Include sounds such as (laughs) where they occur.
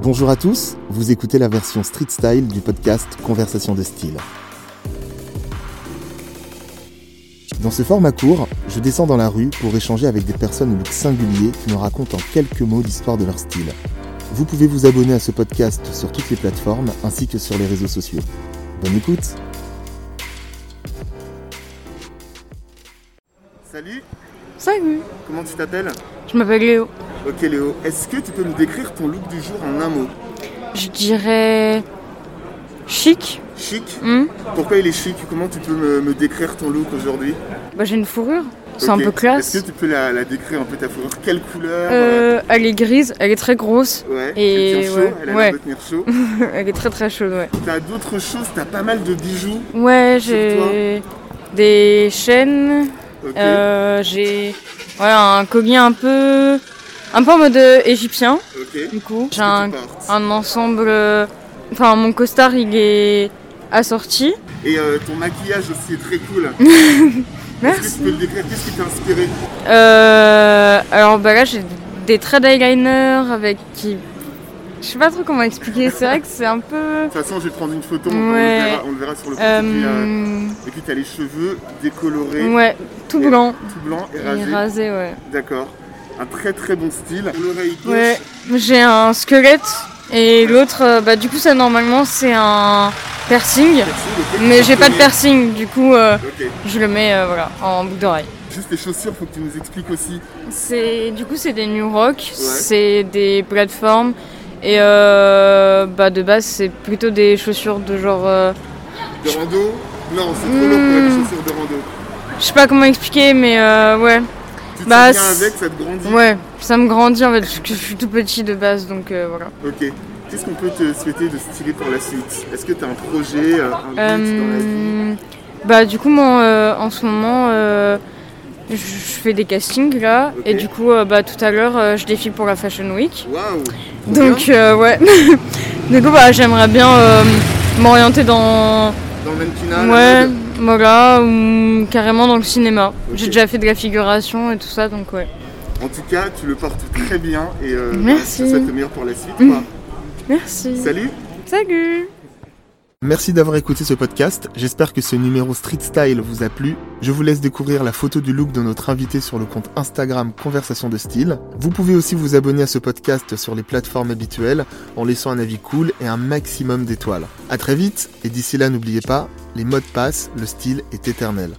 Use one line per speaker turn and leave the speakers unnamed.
Bonjour à tous, vous écoutez la version street style du podcast Conversation de style. Dans ce format court, je descends dans la rue pour échanger avec des personnes au look singulier qui me racontent en quelques mots l'histoire de leur style. Vous pouvez vous abonner à ce podcast sur toutes les plateformes ainsi que sur les réseaux sociaux. Bonne écoute Salut,
Salut,
comment tu t'appelles
je m'appelle Léo.
Ok Léo, est-ce que tu peux nous décrire ton look du jour en un mot
Je dirais chic.
Chic
hmm.
Pourquoi il est chic Comment tu peux me, me décrire ton look aujourd'hui
Bah, j'ai une fourrure, c'est
Ok.
un peu classe.
Est-ce que tu peux la, la décrire un peu ta fourrure Quelle couleur
Euh, elle est grise, elle est très grosse,
Ouais,
et
elle tient chaud,
ouais,
elle a l'air
ouais.
de tenir chaud.
(laughs) elle est très très chaude, ouais.
T'as d'autres choses, t'as pas mal de bijoux.
Ouais,
Sur
j'ai des chaînes,
Ok,
euh, j'ai ouais, un collier un peu... un peu en mode euh, égyptien,
ok. Qu'est-ce
du coup. J'ai
que
un,
tu portes
un ensemble... euh, Enfin, mon costard, il est assorti.
Et euh, ton maquillage aussi est très
(laughs)
cool. Est-ce que
Merci.
tu peux le décrire Qu'est-ce qui t'a inspiré
Euh, alors bah là j'ai des traits d'eyeliner avec qui... Je sais pas trop comment expliquer, c'est vrai que c'est un peu...
De toute façon, je vais prendre une photo, on- on,
Ouais.
le verra, on le verra sur le petit. euh,
Euh,
Et puis t'as les cheveux décolorés,
ouais, tout
et-
blanc
tout blanc et
et
rasé.
rasé, ouais.
D'accord. Un très très bon style. Pour L'oreille gauche,
Ouais, j'ai un squelette et l'autre, euh, bah du coup ça normalement c'est un piercing.
merci, le fait
Mais
que
j'ai
tu
pas de
connais-
piercing, du coup euh,
Ok.
je le mets euh, voilà, en boucle d'oreille.
Juste les chaussures, faut que tu nous expliques aussi.
C'est du coup c'est des new rock, c'est des plateformes et euh, bah de base c'est plutôt des chaussures de genre euh,
De rando Non, c'est trop lourd pour les
Hmm.
chaussures de rando.
je sais pas comment expliquer mais euh, ouais
Tu te sens
Bah,
bien
c'est-
avec, ça te grandit.
ouais ça me grandit en fait parce que je suis tout petit de base donc euh, voilà.
Ok. Qu'est-ce qu'on peut te souhaiter de stylé pour la suite Est-ce que tu as un projet, euh, un but dans la vie
Euh, bah du coup moi euh, en ce moment euh, je je fais des castings là
Ok.
et du coup euh, bah tout à l'heure euh, je défile pour la Fashion Week
Waouh
donc euh, ouais (laughs) du coup bah j'aimerais bien euh, m'orienter dans
Dans le mannequinat la
Ouais,
mode
voilà, ou carrément dans le cinéma.
Ok.
J'ai déjà fait de la figuration et tout ça, donc ouais.
En tout cas, tu le portes très bien et euh,
Merci. Hmm.
je te souhaite le meilleur pour la suite. quoi.
Merci.
Salut
Salut.
Merci d'avoir écouté ce podcast. J'espère que ce numéro Street Style vous a plu. Je vous laisse découvrir la photo du look de notre invité sur le compte Instagram Conversation de Style. Vous pouvez aussi vous abonner à ce podcast sur les plateformes habituelles en laissant un avis cool et un maximum d'étoiles. À très vite et d'ici là n'oubliez pas, les modes passent, le style est éternel.